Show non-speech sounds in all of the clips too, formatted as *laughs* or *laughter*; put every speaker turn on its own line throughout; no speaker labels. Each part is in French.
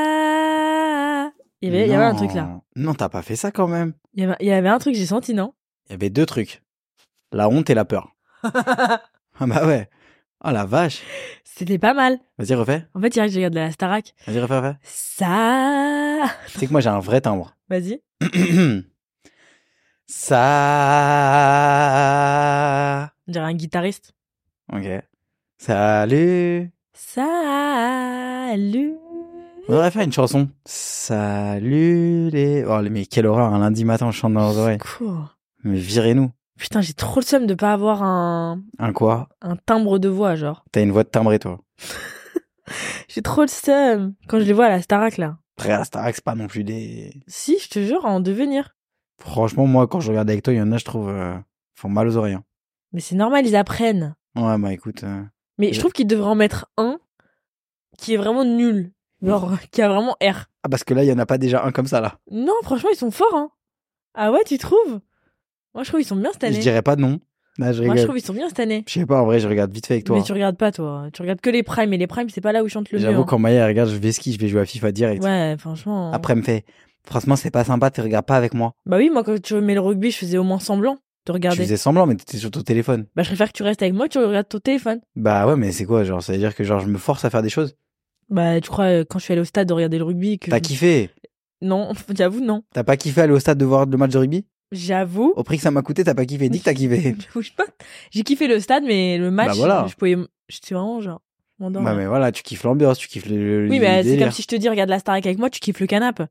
Ça. Il y, avait, il y avait un truc là.
Non, t'as pas fait ça quand même.
Il y avait, il y avait un truc, j'ai senti, non
Il y avait deux trucs. La honte et la
*laughs*
peur. ah bah ouais. Ah la vache.
C'était pas mal.
Vas-y, refais.
En fait, il y a que je regarde de la Starac.
Vas-y, refais, refais.
Ça.
Tu sais que moi, j'ai un vrai timbre. *clears throat*
Vas-y.
ça.
On dirait un guitariste.
Ok. Salut.
Salut.
On devrait faire une chanson. Salut les. Oh, mais quelle horreur, un lundi matin, on chante dans nos oreilles.
Cool.
Mais virez-nous.
Putain, j'ai trop le seum de pas avoir un,
Un quoi
un timbre de voix, genre.
T'as une voix de timbré, toi.
J'ai trop le seum quand je les vois à la Starac là.
Après, à Starac, c'est pas non plus des.
Si, je te jure, à en devenir.
Franchement, moi, quand je regarde avec toi, il y en a, je trouve, euh, font mal aux oreilles. hein.
Mais c'est normal, ils apprennent.
Ouais, bah écoute. euh,
Mais je trouve qu'ils devraient en mettre un qui est vraiment nul. Genre, *laughs* qui a vraiment R.
Ah, parce que là, il y en a pas déjà un comme ça, là.
Non, franchement, ils sont forts, hein. Ah ouais, tu trouves Moi, je trouve qu'ils sont bien cette
Je
année.
dirais pas de nom. Là, je
Moi,
rigole.
je
je,
trouve qu'ils sont bien cette année.
sais pas, en vrai, je regarde vite fait avec toi. hein.
Mais tu regardes pas, toi. Tu regardes que les primes, et les primes, c'est pas là où ils chantent le mieux.
J'avoue,
hein.
quand Maya regarde, je vais ski, je vais jouer à FIFA direct.
Ouais, franchement.
Après, elle me fait. Franchement, c'est pas sympa, tu regardes pas avec moi.
Bah oui, moi, quand tu mets le rugby, je faisais au moins semblant de
Tu
regarder.
faisais semblant, mais t'étais sur ton téléphone.
Bah, je préfère que tu restes avec moi, tu regardes ton téléphone.
Bah ouais, mais c'est quoi, genre, ça veut dire que genre, je me force à faire des choses.
Bah, tu crois, euh, quand je suis allée au stade de regarder le rugby, que.
T'as
je-
kiffé
Non, *laughs* j'avoue, non.
T'as pas kiffé aller au stade de voir le match de rugby
J'avoue.
Au prix que ça m'a coûté, t'as pas kiffé. Dis que t'as kiffé.
J'avoue, *laughs* je sais pas. J'ai kiffé le stade, mais le match,
Bah voilà.
je pouvais. J'étais vraiment genre. je m'endors,
Bah,
là.
mais voilà, tu kiffes l'ambiance, tu kiffes le. le-
Oui,
le
mais c'est
délire.
comme si je te dis, regarde la Starac avec moi, tu kiffes le canapé.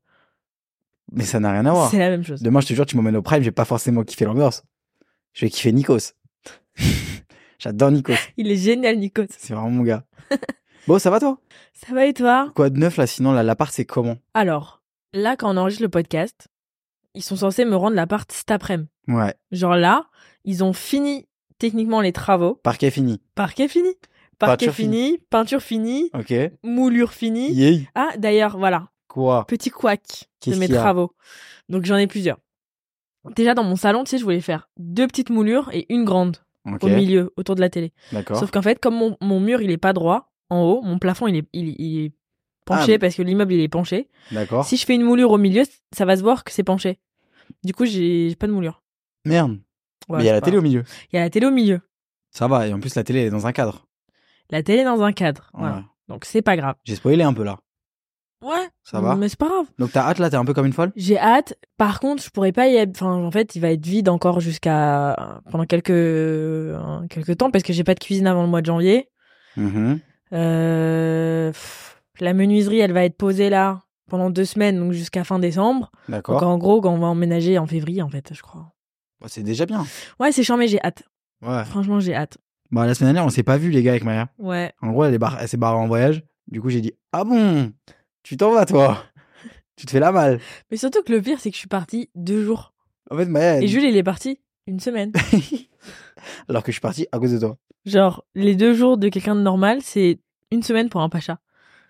Mais ça n'a rien à voir.
C'est la même chose.
Demain, je te jure, tu m'emmènes au Prime, j'ai pas forcément kiffé l'ambiance. Je vais kiffer Nikos. *laughs* J'adore Nikos.
Il est génial, Nikos.
C'est vraiment
*laughs*
mon gars. bon, ça va toi
Ça va et toi
Quoi de neuf là Sinon, là, l'appart, c'est comment
Alors, là, quand on enregistre le podcast, ils sont censés me rendre l'appart cet après-midi.
Ouais.
Genre là, ils ont fini techniquement les travaux.
Parquet fini.
Parquet fini. Parquet
Peinture
fini, peinture finie,
Ok.
moulure finie.
Yay.
Ah, d'ailleurs, voilà,
Quoi
petit couac de
Qu'est-ce
mes
qu'il y a
travaux. Donc j'en ai plusieurs. Déjà, dans mon salon, tu sais, je voulais faire deux petites moulures et une grande
Ok.
au milieu, autour de la télé.
D'accord.
Sauf qu'en fait, comme mon, mon mur, il est pas droit en haut, mon plafond, il est, il, il est penché
Ah,
parce que l'immeuble, il est penché.
D'accord.
Si je fais une moulure au milieu, ça va se voir que c'est penché. Du coup, j'ai j'ai pas de moulure.
Merde.
Ouais,
mais il y
c'est
a la
pas
télé au
grave.
milieu.
Il y a la télé au milieu.
Ça va. Et en plus, la télé, elle est dans un cadre.
La télé dans un cadre.
Ouais.
Voilà. Donc c'est pas grave.
J'ai spoilé un peu là.
Ouais.
Ça va
Mais c'est pas grave.
Donc, t'as hâte là T'es un peu comme une folle
J'ai hâte. Par contre, je pourrais pas y hab- Enfin, en fait, il va être vide encore jusqu'à pendant quelques euh, quelques temps parce que j'ai pas de cuisine avant le mois de janvier.
Mhm.
Euh, pff, La menuiserie, elle va être posée là pendant deux semaines, donc jusqu'à fin décembre. Donc
D'accord.
en gros, quand on va emménager en février, en fait, je crois.
Bah, c'est déjà bien.
Ouais, c'est chiant, mais j'ai hâte.
Ouais.
Franchement, j'ai hâte.
Bah, la semaine dernière, on s'est pas vu, les gars, avec Maya.
Ouais.
En gros, elle, est bar- elle s'est barrée en voyage. Du coup, j'ai dit Ah bon Tu t'en vas, toi Tu te fais la malle.
Mais surtout que le pire, c'est que je suis partie deux jours.
En fait, Maya, elle-
Et Jules, il est parti une semaine.
alors que je suis parti à cause de toi.
Genre, les deux jours de quelqu'un de normal, c'est une semaine pour un pacha.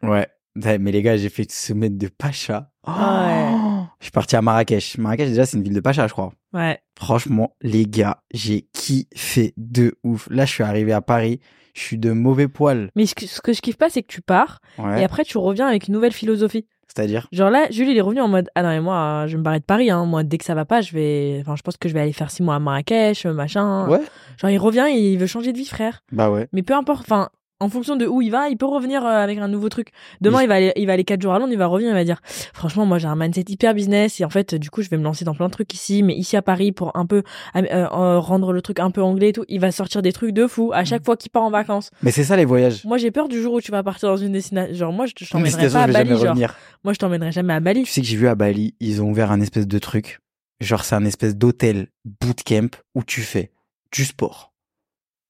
Ouais. Ouais, Mais les gars, j'ai fait une semaine de Pacha. Oh
Ah Ouais.
Je suis parti à Marrakech. Marrakech, déjà, c'est une ville de Pacha, je crois.
Ouais.
Franchement, les gars, j'ai kiffé de ouf. Là, je suis arrivé à Paris. Je suis de mauvais poil.
Mais ce que, ce que je kiffe pas, c'est que tu pars
Ouais.
et après, tu reviens avec une nouvelle philosophie.
C'est-à-dire
Genre là, Jules, il est revenu en mode Ah non, mais moi, euh, je vais me barrer de Paris. Hein. Moi, dès que ça va pas, je vais. Enfin, je pense que je vais aller faire six mois à Marrakech, euh, machin.
Ouais.
Genre, il revient et il veut changer de vie, frère.
Bah ouais.
Mais peu importe. Enfin, en fonction de où il va, il peut revenir euh, avec un nouveau truc. Demain,
Mais-
il va aller, il va aller quatre jours à Londres, il va revenir, il va dire, franchement, moi, j'ai un mindset hyper business et en fait, euh, du coup, je vais me lancer dans plein de trucs ici, mais ici à Paris pour un peu euh, euh, rendre le truc un peu anglais et tout. Il va sortir des trucs de fou à
Mm.
chaque fois qu'il part en vacances.
Mais c'est ça les voyages.
Moi, j'ai peur du jour où tu vas partir dans une destination. Genre, moi, je je
Mais de toute
t'emmènerai
façon,
pas à
je vais
Bali.
jamais
Genre,
revenir.
moi, je t'emmènerai jamais à Bali.
Tu sais que j'ai vu à Bali, ils ont ouvert un espèce de truc. Genre, c'est un espèce d'hôtel bootcamp où tu fais du sport,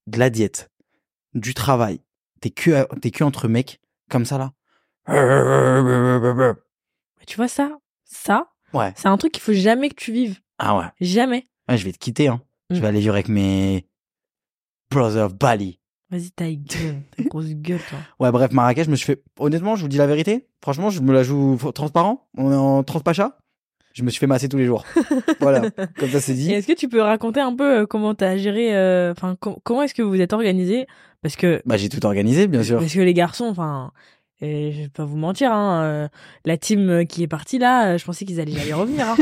de la diète, du travail. T'es que, à- t'es que entre mecs, comme ça là.
Mais Tu vois ça Ça,
Ouais.
c'est un truc qu'il faut jamais que tu vives.
Ah ouais.
Jamais.
Ouais, je vais te quitter, hein. Je
Mm.
vais aller vivre avec mes brothers of Bali.
Vas-y, ta gueule. ta grosse gueule, toi.
Ouais, bref, Marrakech, je me suis fait. Honnêtement, je vous dis la vérité. Franchement, je me la joue f- transparent. On est en transpacha. Je me suis fait masser tous
*laughs*
les jours. voilà. Comme ça, c'est
Et
dit.
est-ce que tu peux raconter un peu euh, comment t'as géré, euh, enfin, com- comment est-ce que vous vous êtes organisé Parce que,
Bah, j'ai tout organisé, bien sûr.
parce que les garçons, enfin, euh, je vais pas vous mentir, hein, euh, la team euh, qui est partie là, euh, je pensais qu'ils allaient jamais revenir. hein.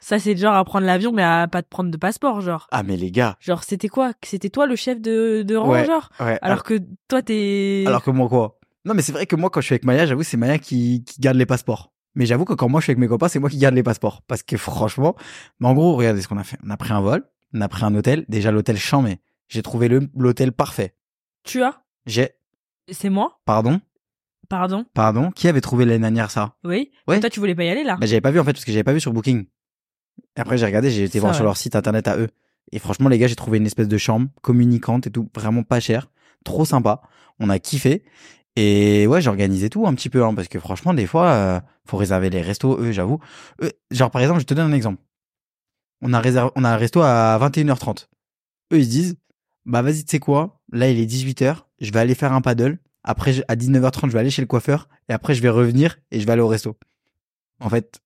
ça, c'est genre à prendre l'avion, mais à pas te prendre de passeport, genre.
Ah, mais les gars.
Genre, c'était quoi C'était toi le chef de, de rang,
Ouais.
genre
Ouais.
Alors que toi, t'es.
Alors que moi, quoi Non, mais c'est vrai que moi, quand je suis avec Maya, j'avoue, c'est Maya qui, qui garde les passeports. Mais j'avoue que quand moi, je suis avec mes copains, c'est moi qui garde les passeports. Parce que franchement, mais en gros, regardez ce qu'on a fait. On a pris un vol, on a pris un hôtel. Déjà, l'hôtel mais J'ai trouvé le- l'hôtel parfait.
Tu as
J'ai.
C'est moi
Pardon
Pardon
Pardon Qui avait trouvé l'année dernière ça
Oui
Ouais.
Toi, tu voulais pas y aller là
Bah, j'avais pas vu en fait, parce que j'avais pas vu sur Booking. Et Après, j'ai regardé, j'ai été
Ça,
voir sur
ouais.
leur site internet à eux. Et franchement, les gars, j'ai trouvé une espèce de chambre communicante et tout, vraiment pas cher, trop sympa. On a kiffé. Et ouais, j'ai organisé tout un petit peu, hein, parce que franchement, des fois, euh, faut réserver les restos, eux, j'avoue. Eux, genre, par exemple, je te donne un exemple. On a, réservé, on a un resto à 21h30. Eux, ils se disent, bah vas-y, tu sais quoi, là, il est 18h, je vais aller faire un paddle. Après, je- à 19h30, je vais aller chez le coiffeur. Et après, je vais revenir et je vais aller au resto. En fait,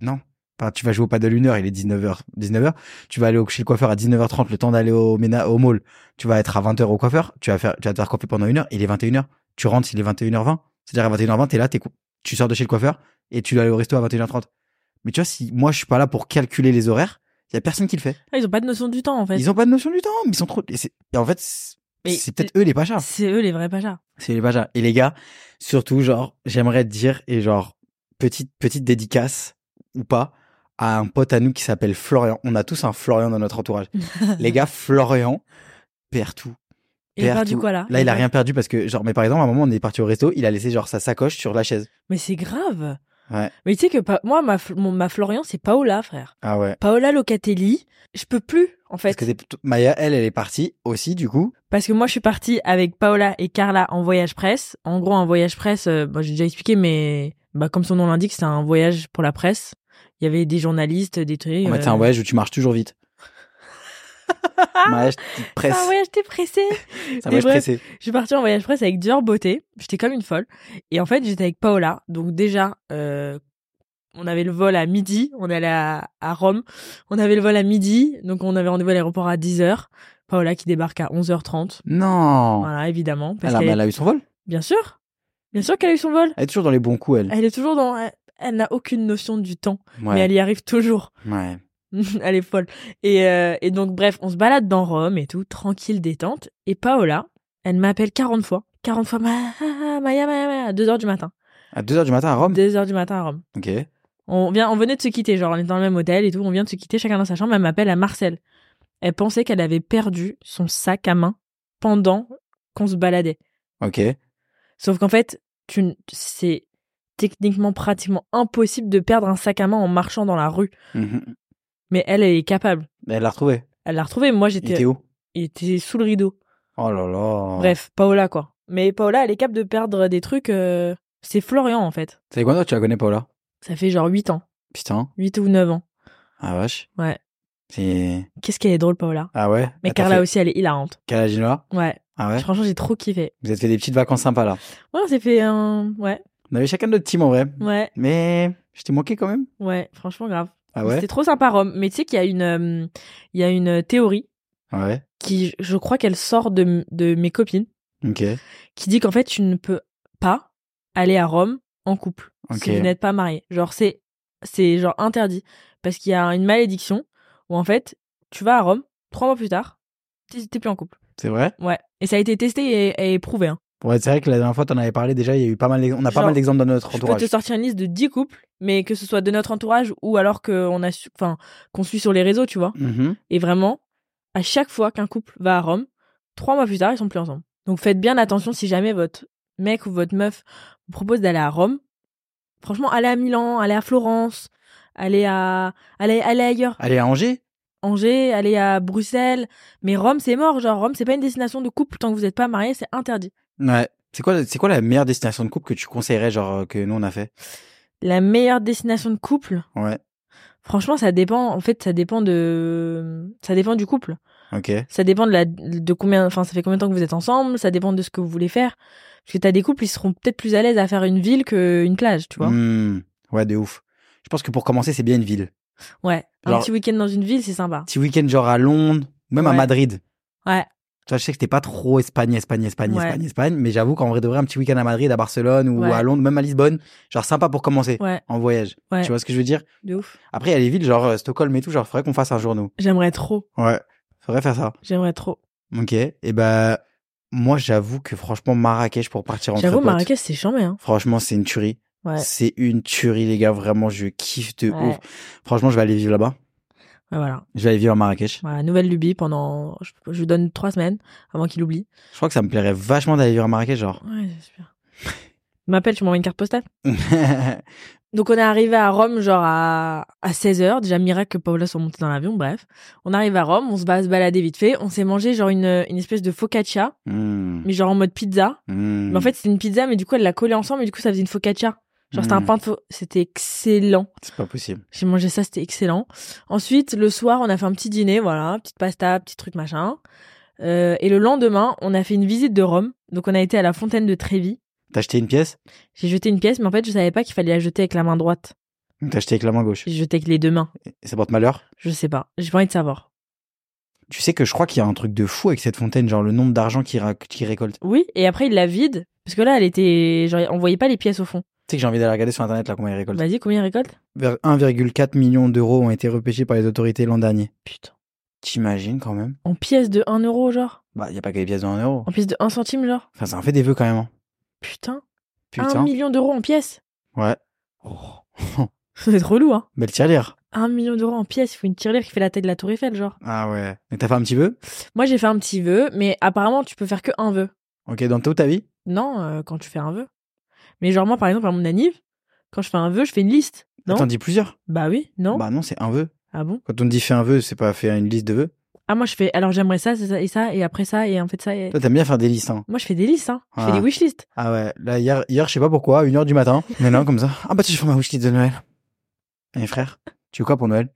non. Enfin, tu vas jouer au paddle une heure, il est 19h. 19h, tu vas aller au, chez le coiffeur à 19h30, le temps d'aller au, ména- au mall. Tu vas être à 20h au coiffeur, tu vas, faire, tu vas te faire coiffer pendant une heure, il est 21h. Tu rentres, il est 21h20. C'est-à-dire à 21h20, t'es là, t'es, cou- tu sors de chez le coiffeur et tu dois aller au resto à 21h30. Mais tu vois, si moi je suis pas là pour calculer les horaires, il y a personne qui le fait.
Ah, Ils ont pas de notion du temps en fait.
Ils ont pas de notion du temps, mais ils sont trop. Et, c'est- et en fait, c'est,
Mais-
c'est peut-être eux les pas chers.
C'est eux les vrais pachas.
C'est les Bajas. Et les gars, surtout, genre, j'aimerais te dire, et genre, petite, petite dédicace, ou pas, à un pote à nous qui s'appelle Florian. On a tous un Florian dans
*laughs*
notre entourage. les gars, Florian perd tout.
Et
Perd
part du
tout.
quoi là
Là, il a rien perdu parce que, genre, mais par exemple, à un moment, on est parti au resto, il a laissé, genre, sa sacoche sur la chaise.
Mais c'est grave.
Ouais.
Mais tu sais que pa- moi, ma, Fl- mon- ma Florian, c'est Paola, frère.
Ah ouais.
Paola Locatelli, je peux plus en fait.
Parce que c'est- Maya, elle, elle est partie aussi, du coup.
Parce que moi, je suis partie avec Paola et Carla en voyage presse. En gros, un voyage presse, euh, bah, j'ai déjà expliqué, mais bah, comme son nom l'indique, c'est un voyage pour la presse. Il y avait des journalistes, des trucs.
En fait, c'est
euh,
un voyage où tu marches toujours vite. Maya, je te
c'est
presse.
un voyage, Ah t'es pressée.
C'est un
Mais
voyage
bref,
pressé.
Je suis partie en voyage presse avec Dior Beauté. J'étais comme une folle. Et en fait, j'étais avec Paola. Donc déjà, euh, on avait le vol à midi. On allait à, à Rome. On avait le vol à midi. Donc on avait rendez-vous à l'aéroport à 10h. Paola qui débarque à 11h30.
Non.
Voilà, évidemment. Parce
Elle a, Mm.
qu'elle
elle a eu son vol.
est- Bien sûr. Bien sûr qu'elle a eu son vol.
Elle est toujours dans les bons coups, elle.
Elle est toujours dans... elle- Elle n'a aucune notion du temps.
Ouais.
Mais elle y arrive toujours.
Ouais.
*laughs* elle est folle. Et, euh, et donc, bref, on se balade dans Rome et tout, tranquille, détente. Et Paola, elle m'appelle 40 fois. 40 fois, Ma- Maya, Maya, Maya, à 2h du matin.
À 2h du matin à Rome
2h du matin à Rome.
Ok.
On, vient, on venait de se quitter, genre, on était dans le même hôtel et tout, on vient de se quitter, chacun dans sa chambre. Elle m'appelle à Marcel. Elle pensait qu'elle avait perdu son sac à main pendant qu'on se baladait.
Ok.
Sauf qu'en fait, tu, n- c'est techniquement pratiquement impossible de perdre un sac à main en marchant dans la rue.
Mhm.
Mais elle, elle est capable.
Elle l'a retrouvé.
Elle l'a retrouvé. Moi,
Il était
j'étais,
où
il était sous le rideau.
Oh là là.
Bref, Paola quoi. Mais Paola, elle est capable de perdre des trucs. euh, C'est Florian en fait.
C'est quoi toi Tu la connais Paola
Ça fait genre 8 ans,
Putain.
8 ou 9 ans.
Ah vache.
Ouais.
C'est.
Qu'est-ce qu'elle est drôle, Paola.
Ah ouais
Mais
Elle t'a
Carla
fait-
aussi, elle est hilarante.
Carla Ginola
Ouais.
Ah ouais
Franchement, j'ai trop kiffé.
Vous êtes fait des petites vacances sympas là.
Ouais, on s'est fait un. Ouais,
On avait chacun notre team en vrai.
ouais,
Mais je t'ai manqué quand même.
ouais. Franchement, grave.
Ah
C'était
ouais
trop sympa, Rome. Mais tu sais qu'il y a une, euh, il y a une théorie
Ah ouais.
qui, je crois qu'elle sort de, m- de mes copines,
Ok.
qui dit qu'en fait, tu ne peux pas aller à Rome en couple.
Ok.
si vous n'êtes pas marié. Genre c'est c'est genre interdit parce qu'il y a une malédiction où en fait tu vas à Rome trois mois plus tard t'es t'es plus en couple.
C'est vrai
Ouais et ça a été testé et, et prouvé. hein.
Ouais, c'est vrai que la dernière fois, t'en avais parlé déjà, il y a eu pas mal, d'ex- on a pas
Genre,
mal d'exemples dans notre
Je peux
entourage.
te sortir une liste de 10 couples, mais que ce soit de notre entourage ou alors qu'on a su- enfin, qu'on suit sur les réseaux, tu vois.
Mhm.
Et vraiment, à chaque fois qu'un couple va à Rome, trois mois plus tard, ils sont plus ensemble. Donc faites bien attention si jamais votre mec ou votre meuf vous propose d'aller à Rome. Franchement, allez à Milan, allez à Florence, allez à, allez, allez ailleurs.
Allez à Angers
Angers, allez à Bruxelles. Mais Rome, c'est mort. Genre, Rome, c'est pas une destination de couple. Tant que vous n'êtes pas marié, c'est interdit.
Ouais. C'est quoi, c'est quoi la meilleure destination de couple que tu conseillerais, genre, euh, que nous on a fait
La meilleure destination de couple,
Ouais.
franchement, ça dépend. En fait, ça dépend de, ça dépend du couple.
Ok.
Ça dépend de la, de combien, enfin, ça fait combien de temps que vous êtes ensemble, ça dépend de ce que vous voulez faire. Parce que t'as des couples, ils seront peut-être plus à l'aise à faire une ville qu'une plage, tu vois.
Hmm. Ouais, de ouf. Je pense que pour commencer, c'est bien une ville.
Ouais. Un
Genre-
petit week-end dans une ville, c'est sympa.
Petit week-end, genre à Londres, ou même à
Ouais.
Madrid.
Ouais.
Tu vois, je sais que t'es pas trop Espagne, Espagne, Espagne,
Ouais.
Espagne, Espagne, mais j'avoue qu'en vrai de vrai, un petit week-end à Madrid, à Barcelone ou
Ouais.
à Londres, même à Lisbonne, genre sympa pour commencer
Ouais.
en voyage.
Ouais.
Tu vois ce que je veux dire
De ouf.
Après, il y a les villes, genre euh, Stockholm et tout, genre faudrait qu'on fasse un jour, nous.
J'aimerais trop.
Ouais. Faudrait faire ça.
J'aimerais trop.
Ok. Et ben, moi, j'avoue que franchement, Marrakech pour partir en
J'avoue, Marrakech, c'est chambé, hein.
Franchement, c'est une tuerie.
Ouais.
C'est une tuerie, les gars. Vraiment, je kiffe de
Ouais.
ouf. Franchement, je vais aller vivre là-bas.
Ouais, voilà.
Je vais aller vivre à Marrakech.
Voilà, nouvelle lubie pendant, je, je lui donne trois semaines avant qu'il oublie.
Je crois que ça me plairait vachement d'aller vivre à Marrakech, genre. *laughs*
Ouais, c'est super. M'appelle, tu m'envoies une carte postale.
ouais.
Donc on est arrivé à Rome genre à, à 16h, déjà miracle que Paola soit montée dans l'avion, bref. On arrive à Rome, on se va se balader vite fait, on s'est mangé genre une, une espèce de focaccia,
Hmm.
mais genre en mode pizza.
Hmm.
Mais en fait c'était une pizza, mais du coup elle l'a collée ensemble et du coup ça faisait une focaccia. Genre c'était un
Mm.
pain de fo- c'était excellent.
c'est pas possible.
J'ai mangé ça, c'était excellent. Ensuite le soir on a fait un petit dîner, voilà, petite pasta, petit truc machin. Euh, et le lendemain on a fait une visite de Rome, donc on a été à la fontaine de Trévi.
T'as acheté une pièce
J'ai jeté une pièce, mais en fait je savais pas qu'il fallait la jeter avec la main droite.
ou T'as acheté avec la main gauche.
J'ai jeté avec les deux mains.
Et ça porte malheur.
Je sais pas, j'ai pas envie de savoir.
Tu sais que je crois qu'il y a un truc de fou avec cette fontaine, genre le nombre d'argent qu'ils ra- qu'ils récoltent.
Oui, et après il la vide, parce que là elle était. Genre, on voyait pas les pièces au fond.
Tu sais que j'ai envie d'aller regarder sur internet là combien ils récoltent.
Vas-y, combien il récolte
Vers 1,4 million d'euros ont été repêchés par les autorités l'an dernier.
Putain.
T'imagines quand même
En pièces de 1 euro, genre
Bah, y a pas que les pièces de 1 euro.
En pièces de 1 centime, genre
Enfin, ça en fait des vœux quand même. hein.
Putain.
Putain.
1 million d'euros en pièces *laughs*
Ouais.
Ça doit être relou, hein
Belle tirelire.
1 million d'euros en pièces, il faut une tirelire qui fait la taille de la tour Eiffel, genre.
Ah ouais. Mais t'as fait un petit vœu
Moi j'ai fait un petit vœu, mais apparemment tu peux faire que un vœu.
Ok, dans toute ta vie
Non, euh, quand tu fais un vœu. Mais genre moi par exemple à mon anniv, quand je fais un vœu, je fais une liste. Non
T'en dis plusieurs
Bah oui, non
Bah non, c'est un vœu.
Ah bon
Quand on dit fait un vœu, c'est pas faire une liste de vœux.
Ah moi je fais alors j'aimerais ça, c'est ça et ça, et après ça, et en fait ça, et...
Toi, t'aimes bien faire des listes, hein.
Moi, je fais des listes, hein. Je fais
Ah.
des wishlists.
Ah ouais. Là, hier, hier je sais pas pourquoi, une heure
*laughs*
du matin, on est là comme ça. Ah bah, tu fais ma wishlist de Noël. Et frère, tu veux quoi pour Noël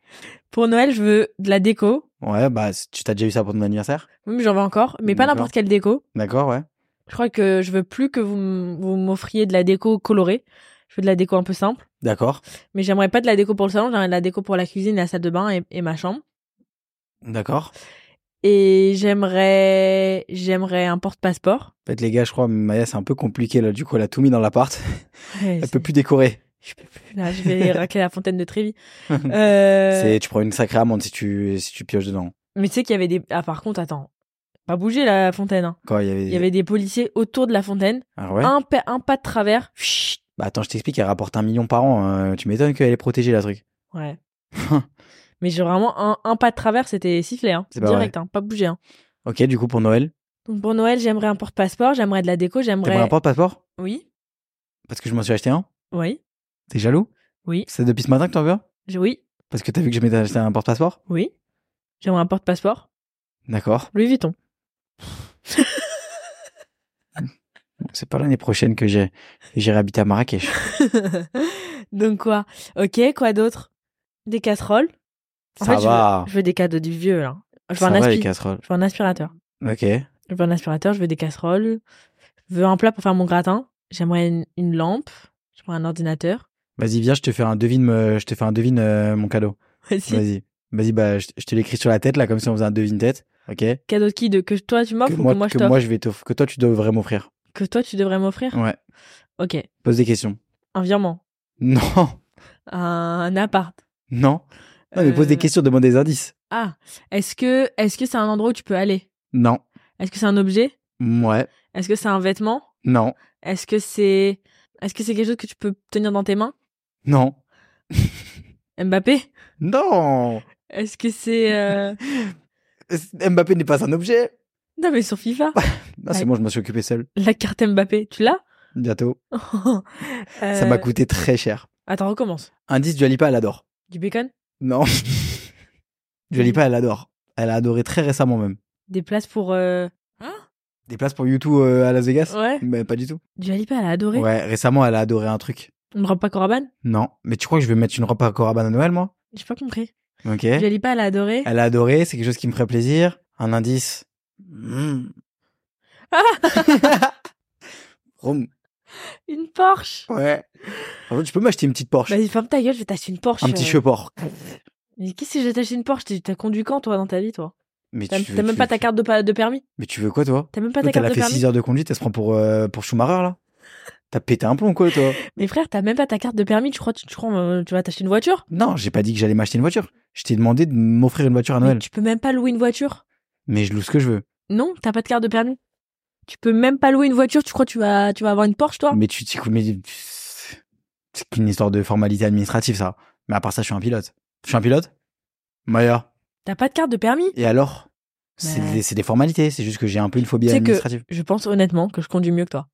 Pour Noël, je veux de la déco.
Ouais, bah, c- tu t'as déjà eu ça pour ton anniversaire
Oui, mais j'en veux encore, mais pas
D'accord.
n'importe quelle déco.
D'accord, ouais.
Je crois que je veux plus que vous m- vous m'offriez de la déco colorée. Je veux de la déco un peu simple.
D'accord.
Mais j'aimerais pas de la déco pour le salon, j'aimerais de la déco pour la cuisine, la salle de bain et, et ma chambre.
D'accord.
Et j'aimerais, j'aimerais un porte-passeport.
En fait, les gars, je crois, Maya, c'est un peu compliqué, là. Du coup, elle a tout mis dans
*laughs*
l'appart.
Ouais,
Elle
c'est-
peut plus décorer.
Je peux plus, là, je
*laughs*
vais racler la fontaine de Trévi. Euh,
C'est, tu prends une sacrée amende si tu, si tu pioches dedans.
Mais tu sais qu'il y avait des, ah, par contre, attends. Pas bouger la fontaine, hein.
Quand il y avait.
Il y avait des policiers autour de la fontaine.
Ah ouais.
Un, pa- un pas de travers. Chut.
Bah attends, je t'explique, elle rapporte un million par an. euh, tu m'étonnes qu'elle est protégée, la truc. *laughs*
Ouais. Mais j'ai vraiment un, un pas de travers, c'était sifflé, hein.
C'est pas
direct, hein, pas bougé. Hein.
Ok, du coup, pour Noël,
Donc pour Noël, j'aimerais un porte-passeport, j'aimerais de la déco,
t'aimerais
j'aimerais.
un porte-passeport
Oui,
Parce que je m'en suis acheté un.
oui,
T'es jaloux
oui,
C'est depuis ce matin que t'en veux un
j'ai- oui,
Parce que t'as vu que je m'étais acheté un porte-passeport
oui. J'aimerais un porte-passeport.
D'accord.
Louis Vuitton. *laughs*
Donc, C'est pas l'année prochaine que j'ai que j'irai habiter à Marrakech.
Donc quoi Ok, quoi d'autre Des casseroles. En
Ça
fait, je
va.
veux, je veux des cadeaux du vieux, là. Je veux,
Ça
un
va, les
aspi-
casseroles.
je veux un aspirateur.
Ok.
Je veux un aspirateur, je veux des casseroles. Je veux un plat pour faire mon gratin. J'aimerais une, une lampe. J'aimerais un ordinateur. *laughs*
Vas-y, viens, je te fais un devine, euh, je te fais un devine euh, mon cadeau.
Vas-y.
Vas-y. Vas-y, bah, je, je te l'écris sur la tête, là, comme si on faisait un devine tête. Ok. Que
Cadeau de qui de, Que toi tu m'offres ou
moi,
Oh, que moi je
que
t'offre
moi, je vais t'offrir. Que toi, tu devrais m'offrir.
que toi tu devrais m'offrir
Ouais.
Ok,
Pose des questions. *laughs*
un virement,
Non.
un appart.
Non. Non, mais pose
Euh,
des questions, demande des indices.
Ah, est-ce que est-ce que c'est un endroit où tu peux aller
Non.
Est-ce que c'est un objet
Ouais.
Est-ce que c'est un vêtement
Non,
Est-ce que c'est est-ce que c'est quelque chose que tu peux tenir dans tes mains
non,
Mbappé
non. Euh,
Est-ce que c'est
*laughs*
euh,
Mbappé n'est pas un objet.
Non mais sur FIFA,
Non, c'est
Ouais.
moi, je m'en suis occupé seul.
la carte Mbappé, tu l'as
Bientôt. *laughs* Ça
Euh,
m'a coûté très cher.
Attends, recommence.
Indice, Dualipa, elle adore.
Du bacon, *laughs*
Non. Dualipa, elle adore. Elle a adoré très récemment même.
des places pour euh,
Des places pour YouTube euh, à Las Vegas
Ouais.
Mais pas du tout.
Du Alipa, elle a adoré.
Ouais, récemment, elle a adoré un truc.
On ne robe pas Coraban
Non, mais tu crois que je vais mettre une robe à Coraban à Noël, moi
J'ai pas compris.
Ok.
Du Alipa, elle a adoré.
Elle a adoré, c'est quelque chose qui me ferait plaisir. Un indice.
Hmm.
Mm. Vroom. *laughs*
Une Porsche.
Ouais. En fait, tu peux m'acheter une petite Porsche.
Vas-y, ferme ta gueule, je vais t'acheter une Porsche.
un petit
euh.
cheveux-port.
Mais qu'est-ce que je vais t'acheter une Porsche T'es- T'as conduit quand, toi, dans ta vie, toi
Mais
T'as
tu
t'as
veux-
même
tu-
pas ta carte de, pa- de permis
Mais tu veux quoi, toi
T'as même pas ta
Toi, T'as
carte
la
de
fait
permis
6 heures de conduite, elle se prend pour, euh, pour Schumacher, là T'as pété un plomb,
*laughs*
quoi, toi
Mais frère, t'as même pas ta carte de permis, tu crois, tu, tu crois euh, tu vas t'acheter une voiture
Non, j'ai pas dit que j'allais m'acheter une voiture. Je t'ai demandé de m'offrir une voiture à Noël.
Mais Tu peux même pas louer une voiture
Mais je loue ce que je veux.
Non, t'as pas de carte de permis Tu peux même pas louer une voiture, tu crois tu vas tu vas avoir une Porsche, toi
Mais tu t'y cou- mais tu- C'est qu'une histoire de formalité administrative, ça. Mais à part ça, je suis un pilote. Je suis un pilote Maya.
T'as pas de carte de permis
Et alors C'est
Ouais.
des, c'est des formalités, c'est juste que j'ai un peu une phobie
Tu sais que-
administrative.
Je pense honnêtement que je conduis mieux que toi.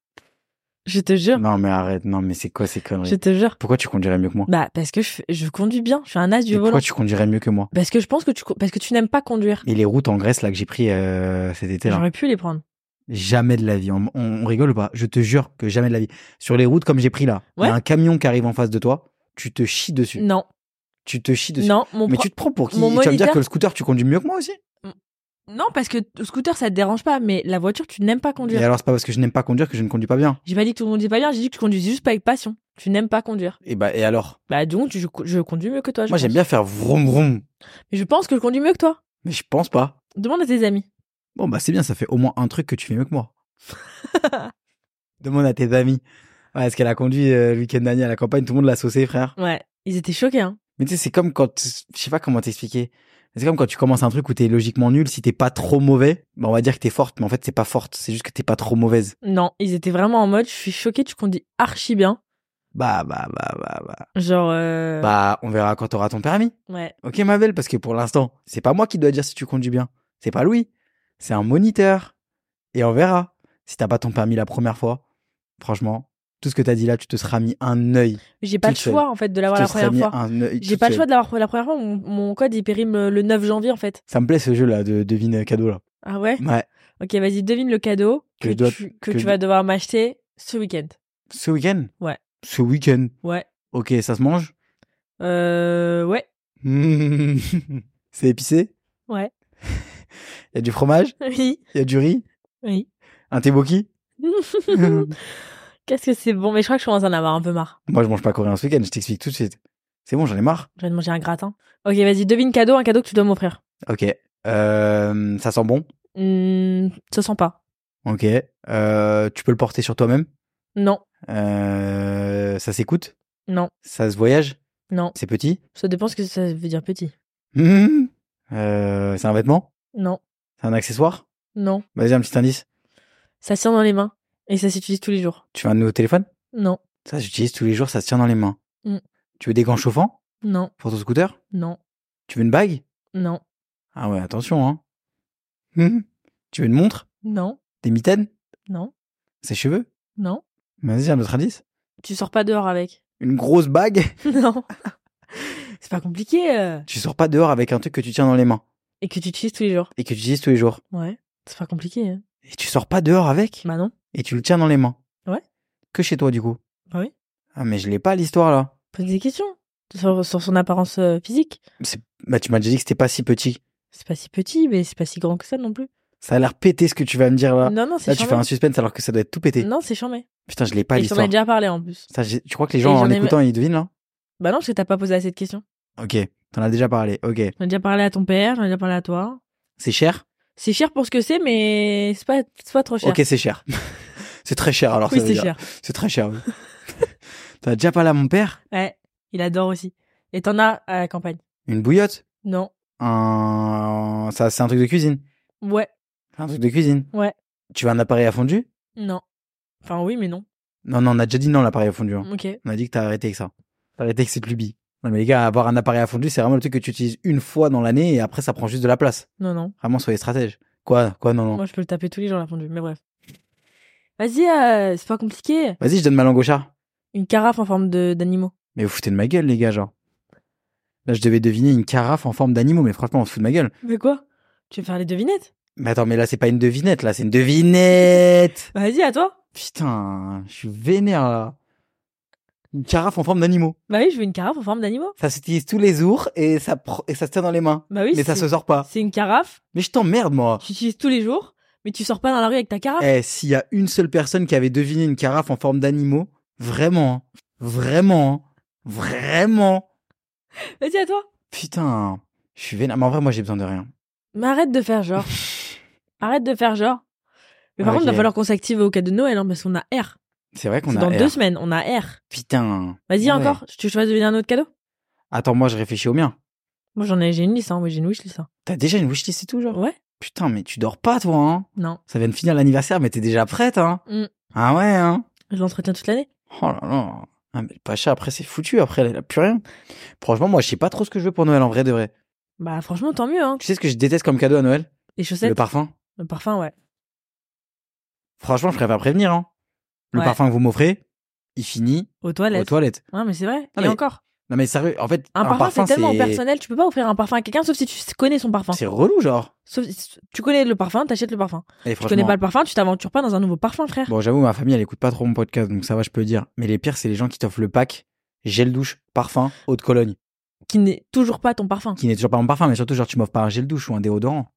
Je te jure,
Non, mais arrête, non, mais c'est quoi ces conneries
je te jure.
Pourquoi tu conduirais mieux que moi
Bah parce que je, fais- je conduis bien, je suis un as
Et
du volant.
Pourquoi tu conduirais mieux que moi
Parce que je pense que tu co- parce que tu n'aimes pas conduire.
Et les routes en Grèce, là, que j'ai pris euh, cet été, là.
J'aurais pu les prendre.
Jamais de la vie. On, on- on rigole ou pas Je te jure que jamais de la vie. Sur les routes comme j'ai pris là, il y
Ouais.
a un camion qui arrive en face de toi, tu te chies dessus.
Non,
Tu te chies dessus.
non, mon
mais
pro-
tu te prends pour qui
mon
Tu vas me dire
moniteur-
que le scooter, tu conduis mieux que moi aussi
non parce que le scooter ça te dérange pas, mais la voiture tu n'aimes pas
Et
conduire.
alors, c'est pas parce que je n'aime pas conduire que je ne conduis pas bien.
J'ai pas dit que tout le monde dit pas bien, j'ai dit que tu conduisais juste pas avec passion. Tu n'aimes pas conduire.
Et bah, et alors
Bah donc tu- je, je conduis mieux que toi. je
Moi, j'aime
pense.
bien faire vroom vroom.
Mais je pense que je conduis mieux que toi.
Mais je pense pas.
Demande à tes amis.
Bon, bah, c'est bien, ça fait au moins un truc que tu fais mieux que
*laughs*
moi. Demande à tes amis. Ouais, est-ce qu'elle a conduit euh, le week-end dernier à la campagne Tout le monde l'a saucé, frère.
Ouais, ils étaient choqués. Hein.
Mais tu sais, c'est comme quand. Je sais pas comment t'expliquer. C'est comme quand tu commences un truc où t'es logiquement nul. Si t'es pas trop mauvais, bah, on va dire que t'es forte, mais en fait, t'es pas forte. C'est juste que t'es pas trop mauvaise.
Non, ils étaient vraiment en mode, je suis choquée, tu conduis archi bien.
Bah, bah, bah, bah, bah.
Genre, euh...
Bah, on verra quand t'auras ton permis.
ouais.
Ok ma belle, parce que pour l'instant, c'est pas moi qui dois dire si tu conduis bien. C'est pas Louis. C'est un moniteur. Et on verra. Si t'as pas ton permis la première fois, franchement, tout ce que t'as dit là, tu te seras mis un œil.
J'ai pas le
Toute seule.
choix en fait de
Tu
l'avoir
te
la
seras
Ah, première
mis
fois.
un œil.
J'ai
toute
pas le choix
seule.
de l'avoir pour la première fois. Mon, mon code il périme le, le 9 janvier en fait.
Ça me plaît ce jeu là de devine cadeau là.
Ah ouais
Ouais.
Ok, vas-y, devine le cadeau
Mm. Que
que,
je dois-
tu, que
que
tu
je-
vas devoir m'acheter ce week-end.
Ce week-end.
Ouais.
Ce week-end.
Ouais.
Ok, ça se mange.
Euh, ouais. *laughs*
Mmh. c'est épicé.
Ouais.
Il *laughs* y a du fromage.
Oui.
Il y a du riz.
Oui. *laughs*
Un teboki. *laughs* Moi,
Qu'est-ce que c'est bon, mais je crois que je commence à en avoir un peu marre.
je mange pas coréen ce week-end. Je t'explique tout de suite. C'est bon, j'en ai marre.
Je vais te manger un gratin. Ok, vas-y, devine cadeau, un cadeau que tu dois m'offrir.
Ok. Euh, ça sent bon.
Hmm, ça sent pas.
Ok. Euh, tu peux le porter sur toi-même.
Non,
Euh, ça s'écoute.
non,
Ça se voyage.
non.
C'est petit. *laughs*
Ça dépend ce que ça veut dire petit.
Mhm. Euh, c'est un vêtement.
Non,
C'est un accessoire.
non.
Vas-y, un petit indice.
Ça tient dans les mains et ça s'utilise tous les jours.
Tu veux un nouveau téléphone
Non,
Ça, j'utilise tous les jours. Ça se tient dans les mains.
Mm.
Tu veux des gants chauffants
non,
pour ton scooter
non,
Tu veux une bague
non,
Ah ouais, attention. Hein.
Hmm.
Mhm. Tu veux une montre
non,
Des mitaines
non,
Ses cheveux
non.
Vas-y, un autre indice.
Tu sors pas dehors avec. *laughs*
Une grosse bague. *laughs*
non. *laughs* C'est pas compliqué euh,
Tu sors pas dehors avec un truc que tu tiens dans les mains
et que tu utilises tous les jours.
et que tu utilises tous les jours.
Ouais. C'est pas compliqué. Hein.
Et tu sors pas dehors avec
Bah non.
Et tu le tiens dans les mains.
Ouais.
Que chez toi, du coup.
Bah oui.
Ah, mais je l'ai pas, l'histoire, là.
Pose des questions sur, sur son apparence euh, physique.
Bah, tu m'as déjà dit que c'était pas si petit.
C'est pas si petit, mais c'est pas si grand que ça non plus.
Ça a l'air pété, ce que tu vas me dire, là.
Non, non,
Ah, là,
c'est
tu fais un
charmé.
suspense alors que ça doit être tout pété.
Non, c'est charmé.
Putain, je l'ai pas,
Et je t'en ai
l'histoire.
déjà parlé en plus.
Ça, j'ai- Tu crois que les
Et
gens,
j'en
en
ai-
écoutant, ils devinent, là
Bah non, parce que t'as pas posé assez de questions.
Ok. T'en as déjà parlé. Ok.
J'en ai déjà parlé à ton père, j'en ai déjà parlé à toi.
C'est cher
C'est cher pour ce que c'est, mais c'est pas, c'est pas trop cher.
Ok, c'est cher. *laughs* c'est très cher, alors.
oui,
ça veut
c'est
dire.
cher.
C'est très cher, oui. *laughs* T'en as déjà parlé à mon père
Ouais, il adore aussi. Et t'en as à la campagne
Une bouillotte
Non.
Un. Ça, c'est un truc de cuisine.
Ouais.
Un truc de cuisine.
Ouais.
Tu veux un appareil à fondu
Non. Enfin, oui, mais non.
Non, non, on a déjà dit non à l'appareil à fondu. hein.
Ok.
On a dit que t'as arrêté avec ça. T'as arrêté avec cette lubie. Non, mais les gars, avoir un appareil à fondu, c'est vraiment le truc que tu utilises une fois dans l'année et après, ça prend juste de la place.
Non, non.
Vraiment, soyez stratège. Quoi Quoi Non, non.
Moi, je peux le taper tous les jours, la fondue. Mais bref. Vas-y, euh, c'est pas compliqué.
Vas-y, je donne ma langue au chat.
Une carafe en forme de- d'animaux.
Mais vous foutez de ma gueule, les gars, genre. Là, je devais deviner une carafe en forme d'animaux, mais franchement, on se fout de ma gueule.
Mais quoi Tu veux faire les devinettes
Mais attends, mais là, c'est pas une devinette, là, c'est une devinette
Vas-y, à toi.
Putain, je suis vénère, là. Une carafe en forme d'animaux.
Bah oui, je veux une carafe en forme d'animaux.
Ça s'utilise tous les jours et ça, pro- et ça se tient dans les mains.
Bah oui,
mais ça
c'est-
se sort pas.
c'est une carafe.
Mais je t'emmerde, moi.
Tu utilises tous les jours, mais tu sors pas dans la rue avec ta carafe.
Eh, s'il y a une seule personne qui avait deviné une carafe en forme d'animaux, vraiment, hein. vraiment, hein. vraiment.
Vas-y, à toi.
Putain, je suis vénère. Mais en vrai, moi, j'ai besoin de rien.
Mais arrête de faire
*laughs*
genre. arrête de faire genre. Mais par
Ok.
contre, il va falloir qu'on s'active au cadeau de Noël, hein, parce qu'on a R.
C'est vrai qu'on
C'est
a
dans
air.
deux semaines, on a R.
Putain.
Vas-y,
Ouais.
encore. Tu veux que je fasse devenir un autre cadeau
Attends, moi, je réfléchis au mien.
Moi, j'en ai, j'ai une liste, hein. Oui, j'ai une wishlist. hein.
T'as déjà une wishlist et tout, genre
Ouais.
Putain, mais tu dors pas, toi, hein
Non.
Ça vient de finir l'anniversaire, mais t'es déjà prête, hein
Mm.
Ah ouais, hein
Je l'entretiens toute l'année.
Oh là là. Ah, mais le Pacha, après, c'est foutu. Après, elle a plus rien. Franchement, moi, je sais pas trop ce que je veux pour Noël, en vrai de vrai.
Bah, franchement, tant mieux, hein.
Tu sais ce que je déteste comme cadeau à Noël
Les
Le
chaussettes.
parfum.
Le parfum, ouais.
Franchement, je préfère prévenir, hein. Le
Ouais.
parfum que vous m'offrez, il finit
Aux
aux
toilettes.
toilettes.
Ouais, mais c'est vrai.
Ah,
Et
mais
encore.
Non, mais sérieux, en fait,
Un, parfum, c'est tellement personnel, tu peux pas offrir un parfum à quelqu'un sauf si tu connais son parfum.
C'est relou, genre.
Sauf si tu connais le parfum, t'achètes le parfum.
Et
Tu
franchement,
connais pas le parfum, tu t'aventures pas dans un nouveau parfum, frère.
Bon, j'avoue, ma famille, elle écoute pas trop mon podcast, donc ça va, je peux le dire. Mais les pires, c'est les gens qui t'offrent le pack gel douche, parfum, eau de Cologne.
Qui n'est toujours pas ton parfum.
Qui n'est toujours pas mon parfum, mais surtout, genre, tu m'offres pas un gel douche ou un déodorant.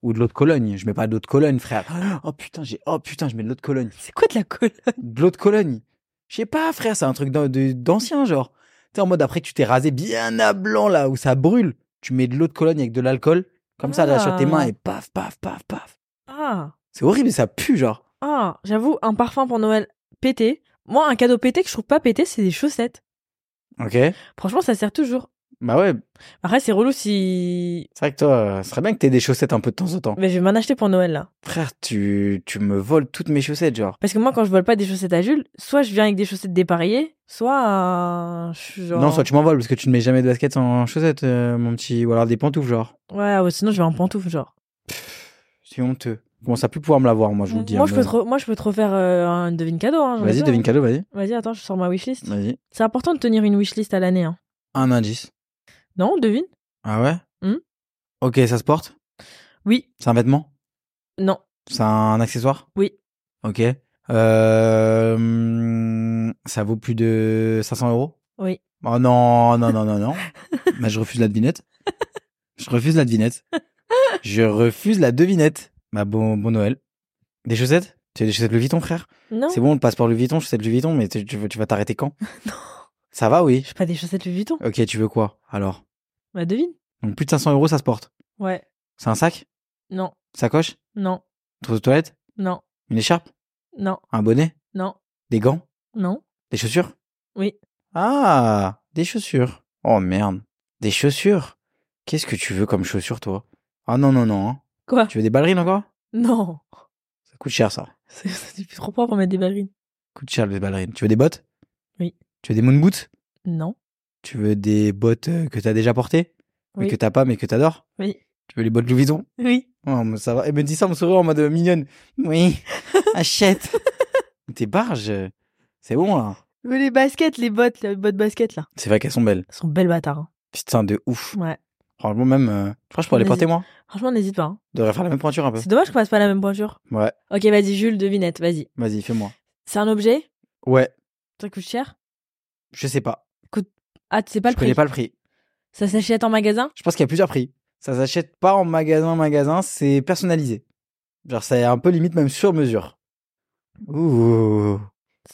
Ou de l'eau de Cologne. Je mets pas de l'eau de Cologne, frère. *gasps* Oh putain, j'ai, oh putain, je mets de l'eau de *laughs* Cologne.
C'est quoi de la colle
De l'eau de Cologne. Je sais pas, frère, c'est un truc d'an- de- d'ancien, genre. T'es en mode après, tu t'es rasé bien à blanc, là, où ça brûle. Tu mets de l'eau de Cologne avec de l'alcool. Comme ça, là, sur tes
Ah.
mains, et paf, paf, paf, paf.
Ah,
C'est horrible, ça pue, genre.
ah, j'avoue, un parfum pour Noël pété. Moi, un cadeau pété que je trouve pas pété, c'est des chaussettes.
Ok.
Franchement, ça sert toujours.
Bah ouais,
Après, c'est relou si.
c'est vrai que toi, euh, ce serait bien que t'aies des chaussettes un peu de temps en temps.
Mais je vais m'en acheter pour Noël, là.
Frère, tu, tu me voles toutes mes chaussettes, genre.
Parce que moi, quand je vole pas des chaussettes à Jules, soit je viens avec des chaussettes dépareillées, soit. euh, je suis genre-
Non, soit tu m'en voles parce que tu ne mets jamais de basket en chaussettes, euh, mon petit. Ou alors des pantoufles, genre.
Ouais, ouais, sinon je vais en pantoufle, genre.
C'est honteux. Je commence à plus pouvoir me l'avoir, moi, je vous le dis.
Moi,
hein,
je peux
mais-
trop, moi, je peux trop faire euh, un devine cadeau. Hein, j'en ai
Vas-y,
peur,
devine
hein.
cadeau, vas-y.
Vas-y, attends, je sors ma wishlist.
Vas-y.
C'est important de tenir une wishlist à l'année. Hein.
Un indice.
Non, devine
Ah ouais
Hmm.
Ok, ça se porte
Oui,
C'est un vêtement
non,
C'est un accessoire
Oui.
Ok. Euh... hum, Ça vaut plus de 500 euros
Oui.
Oh non, non, non,
*laughs*
non, non. Mais je refuse la devinette. Je refuse la devinette. Je refuse la devinette. Bah bon, bon Noël. Des chaussettes Tu as des chaussettes Louis Vuitton, frère
non.
C'est bon, le passeport Louis Vuitton, chaussettes Louis Vuitton, mais tu, tu- tu vas
*laughs*
t'arrêter quand Ça va, oui.
J'ai pas des chaussettes Louis Vuitton.
Ok, tu veux quoi alors
Bah, devine.
Donc plus de 500 euros, ça se porte.
Ouais,
C'est un sac
non,
Sacoche
non,
Trou de toilette
non,
Une écharpe
non,
Un bonnet
non,
Des gants
non.
Des chaussures
Oui.
Ah, des chaussures. Oh merde. Des chaussures Qu'est-ce que tu veux comme chaussures, toi Ah non, non, non. hein.
Quoi
Tu veux des ballerines encore
*laughs* Non.
Ça coûte cher, ça.
C'est-
Ça
C'est plus trop propre pour mettre des ballerines.
coûte cher, les ballerines. Tu veux des bottes
Oui.
Tu veux des moon boots
Non.
Tu veux des bottes euh, que t'as déjà portées Mais
Oui.
que t'as pas, mais que t'adores
Oui.
Tu veux les bottes Louis Vuitton
Oui.
Oh, mais ça va. Elle me dit ça en me souriant en mode euh, mignonne.
*laughs*
Oui, achète. Tes barges, euh, c'est bon, là.
Mais les baskets, les bottes, les bottes basket là.
C'est vrai qu'elles sont belles.
Elles sont belles bâtards. hein.
Putain, de ouf.
Ouais.
Franchement, même. euh, je crois que je pourrais les
Vas-y.
porter, moi.
Franchement, n'hésite pas. hein.
Je devrais faire la même pointure un peu.
C'est dommage qu'on fasse pas la même pointure.
Ouais,
Ok, vas-y, Jules, devinette, vas-y.
vas-y, fais-moi.
C'est un objet
Ouais,
Ça coûte cher
je sais pas.
Ah, tu sais pas
je
le prix
connais pas le prix.
Ça s'achète en magasin
Je pense qu'il y a plusieurs prix. Ça s'achète pas en magasin, magasin, c'est personnalisé. Genre, c'est un peu limite même sur mesure. Ouh.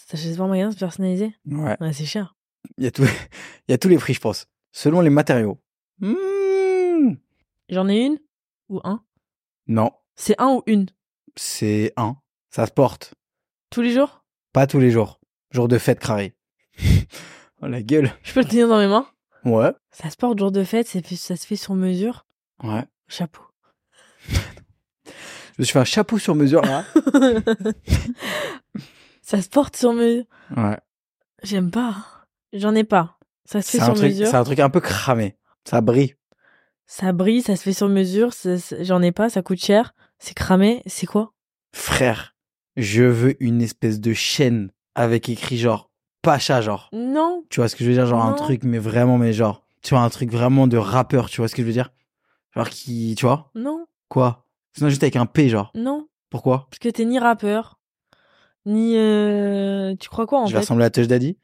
Ça s'achète pas en magasin, c'est personnalisé
Ouais,
Ouais, c'est cher.
il y, a tout... *laughs* il y a tous les prix, je pense. Selon les matériaux. Mmh.
J'en ai une Ou un
Non,
C'est un ou une
c'est un. Ça se porte.
Tous les jours
Pas tous les jours. Jour de fête, craré. *laughs* oh la gueule.
Je peux le tenir dans mes mains
Ouais.
Ça se porte jour de fête, c'est fait- ça se fait sur mesure.
Ouais.
Chapeau.
Je me suis fait un chapeau sur mesure, là.
*laughs* Ça se porte sur mesure.
*laughs* Ouais.
J'aime pas. hein. J'en ai pas. Ça se fait
C'est un,
sur
truc-
mesure.
c'est un truc un peu cramé. Ça brille.
Ça brille, ça se fait sur mesure. ça- ça- J'en ai pas. Ça coûte cher. C'est cramé. C'est quoi
Frère, je veux une espèce de chaîne avec écrit genre Pacha, genre.
Non.
Tu vois ce que je veux dire Genre un
Non.
truc, mais vraiment, mais genre, tu vois, un truc vraiment de rappeur, tu vois ce que je veux dire Genre qui, tu vois
Non.
Quoi Sinon, juste avec un P, genre.
Non.
Pourquoi
Parce que t'es ni rappeur, ni. euh, Tu crois quoi en
Je vais
fait
ressembler à Touch Daddy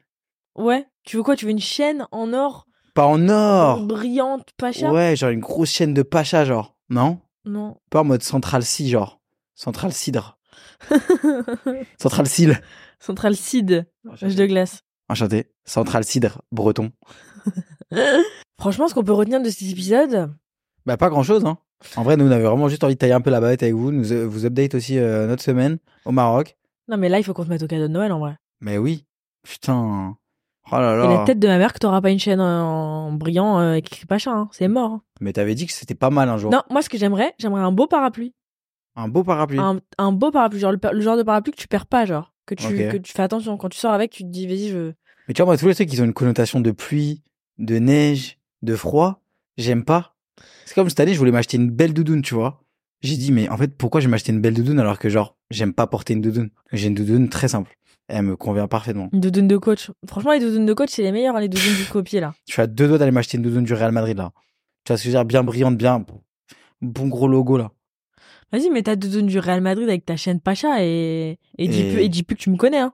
Ouais. Tu veux quoi Tu veux une chaîne en or
Pas en
Bah,
or
brillante, pas chère
Ouais, genre une grosse chaîne de Pacha, genre. Non
Non.
Pas en mode Central C, genre. Central
*laughs*
Cidre. Central Cil.
Central Seed, âge de glace.
Enchanté. Central Cidre, breton.
Franchement, ce qu'on peut retenir de cet épisode,
Bah, pas grand chose, hein. En vrai, nous, on avait vraiment juste envie de tailler un peu la bavette avec vous. Nous, euh, vous update aussi euh, notre semaine au Maroc.
non mais là, il faut qu'on se mette au cadeau de Noël en vrai.
Mais oui. Putain. Oh là
Et la
là.
tête de ma mère que t'auras pas une chaîne en brillant euh, avec écrit Pacha, hein. c'est mort. hein.
Mais t'avais dit que c'était pas mal un jour.
Non, moi ce que j'aimerais, j'aimerais un beau parapluie.
Un beau parapluie.
Un, un beau parapluie, genre le, pa- le genre de parapluie que tu perds pas, genre. Que tu,
Ok.
que tu fais attention. Quand tu sors avec, tu te dis, vas-y, je.
Mais tu vois, moi, tous les trucs qui ont une connotation de pluie, de neige, de froid, j'aime pas. C'est comme cette année, je voulais m'acheter une belle doudoune, tu vois. J'ai dit, mais en fait, pourquoi je vais m'acheter une belle doudoune alors que, genre, j'aime pas porter une doudoune J'ai une doudoune très simple. Elle me convient parfaitement.
Une doudoune de coach. Franchement, les doudounes de coach, c'est les meilleurs, hein, les doudounes du copier
*laughs*
là.
Je suis à deux doigts d'aller m'acheter une doudoune du Real Madrid, là. Tu vois ce que je veux dire Bien brillante, bien. Bon gros logo, là.
Vas-y, mais ta doudoune du Real Madrid avec ta chaîne Pacha et, et, Dis,
Et-
plus, et dis plus que tu me connais,
*laughs*
hein.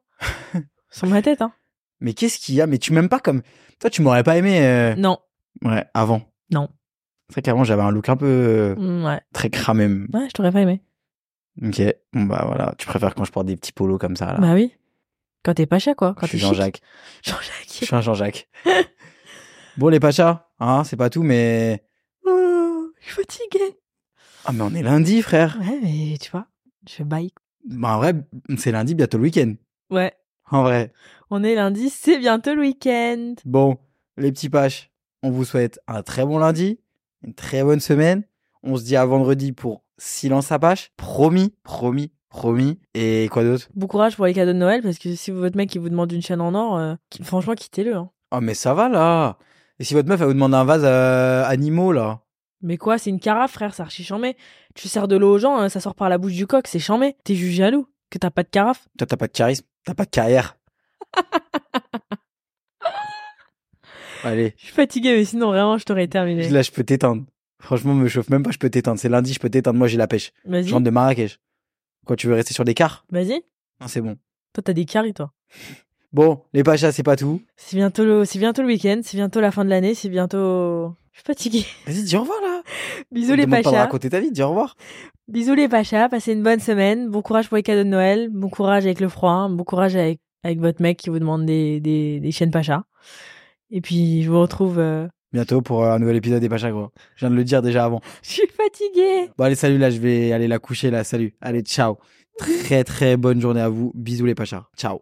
Sur ma tête, hein.
Mais qu'est-ce qu'il y a Mais tu m'aimes pas comme. Toi, tu m'aurais pas aimé. euh,
Non.
Ouais, avant.
Non.
C'est vrai qu'avant, j'avais un look un peu euh,
Mm, Ouais.
très cramé.
Ouais, je t'aurais pas aimé.
Ok. Bon, bah voilà. Tu préfères quand je porte des petits polos comme ça, là.
Bah oui. Quand t'es Pacha, quoi. Quand
je suis
t'es chic.
Jean-Jacques.
*laughs*
Je
Jean-Jacques.
suis
*laughs*
un Jean-Jacques. bon, les Pachas, hein, c'est pas tout, mais.
Oh, je suis fatiguée.
Ah, mais on est lundi, frère.
Ouais, mais tu vois, je fais bail.
Bah, en vrai, c'est lundi, bientôt le week-end.
Ouais.
En vrai.
On est lundi, c'est bientôt le week-end.
Bon, les petits Paches, on vous souhaite un très bon lundi, une très bonne semaine. On se dit à vendredi pour Silence Apache. Promis, promis, promis. Et quoi d'autre
Bon courage pour les cadeaux de Noël, parce que si votre mec il vous demande une chaîne en or, euh, qui- franchement, quittez-le. hein.
Oh, mais ça va, là. Et si votre meuf, elle vous demande un vase euh, animaux, là
Mais quoi, c'est une carafe, frère, c'est archi chambé. Tu sers de l'eau aux gens, hein, ça sort par la bouche du coq, c'est chambé. T'es juste jaloux que t'as pas de carafe.
Toi, t'as pas de charisme, t'as pas de carrière. Allez.
Je suis fatiguée, mais sinon, vraiment, je t'aurais terminé.
Là, je peux t'éteindre. Franchement, me chauffe même pas, je peux t'éteindre. C'est lundi, je peux t'éteindre. Moi, j'ai la pêche.
Vas-y.
Je rentre de Marrakech. Quoi, tu veux rester sur des quarts
Vas-y.
Non, c'est bon.
Toi, t'as des caries, toi.
Bon, les Pachas, c'est pas tout.
C'est bientôt le, c'est bientôt le week-end, c'est bientôt la fin de l'année, c'est bientôt. Je suis fatiguée. *laughs*
Vas-y, dis au revoir, là.
Bisous les
Demande pas de
Pachas.
raconter ta vie, dis au revoir.
Bisous les Pachas. Passez une bonne semaine. Bon courage pour les cadeaux de Noël. Bon courage avec le froid. Bon courage avec, avec votre mec qui vous demande des, des, des chaînes Pachas. Et puis, je vous retrouve. euh, *laughs*
Bientôt pour euh, un nouvel épisode des Pachas, gros. Je viens de le dire déjà avant.
Je suis fatiguée.
Bon, allez, salut, là, je vais aller la coucher, là. Salut. Allez, ciao. Très, très bonne journée à vous. Bisous, les Pachas. Ciao.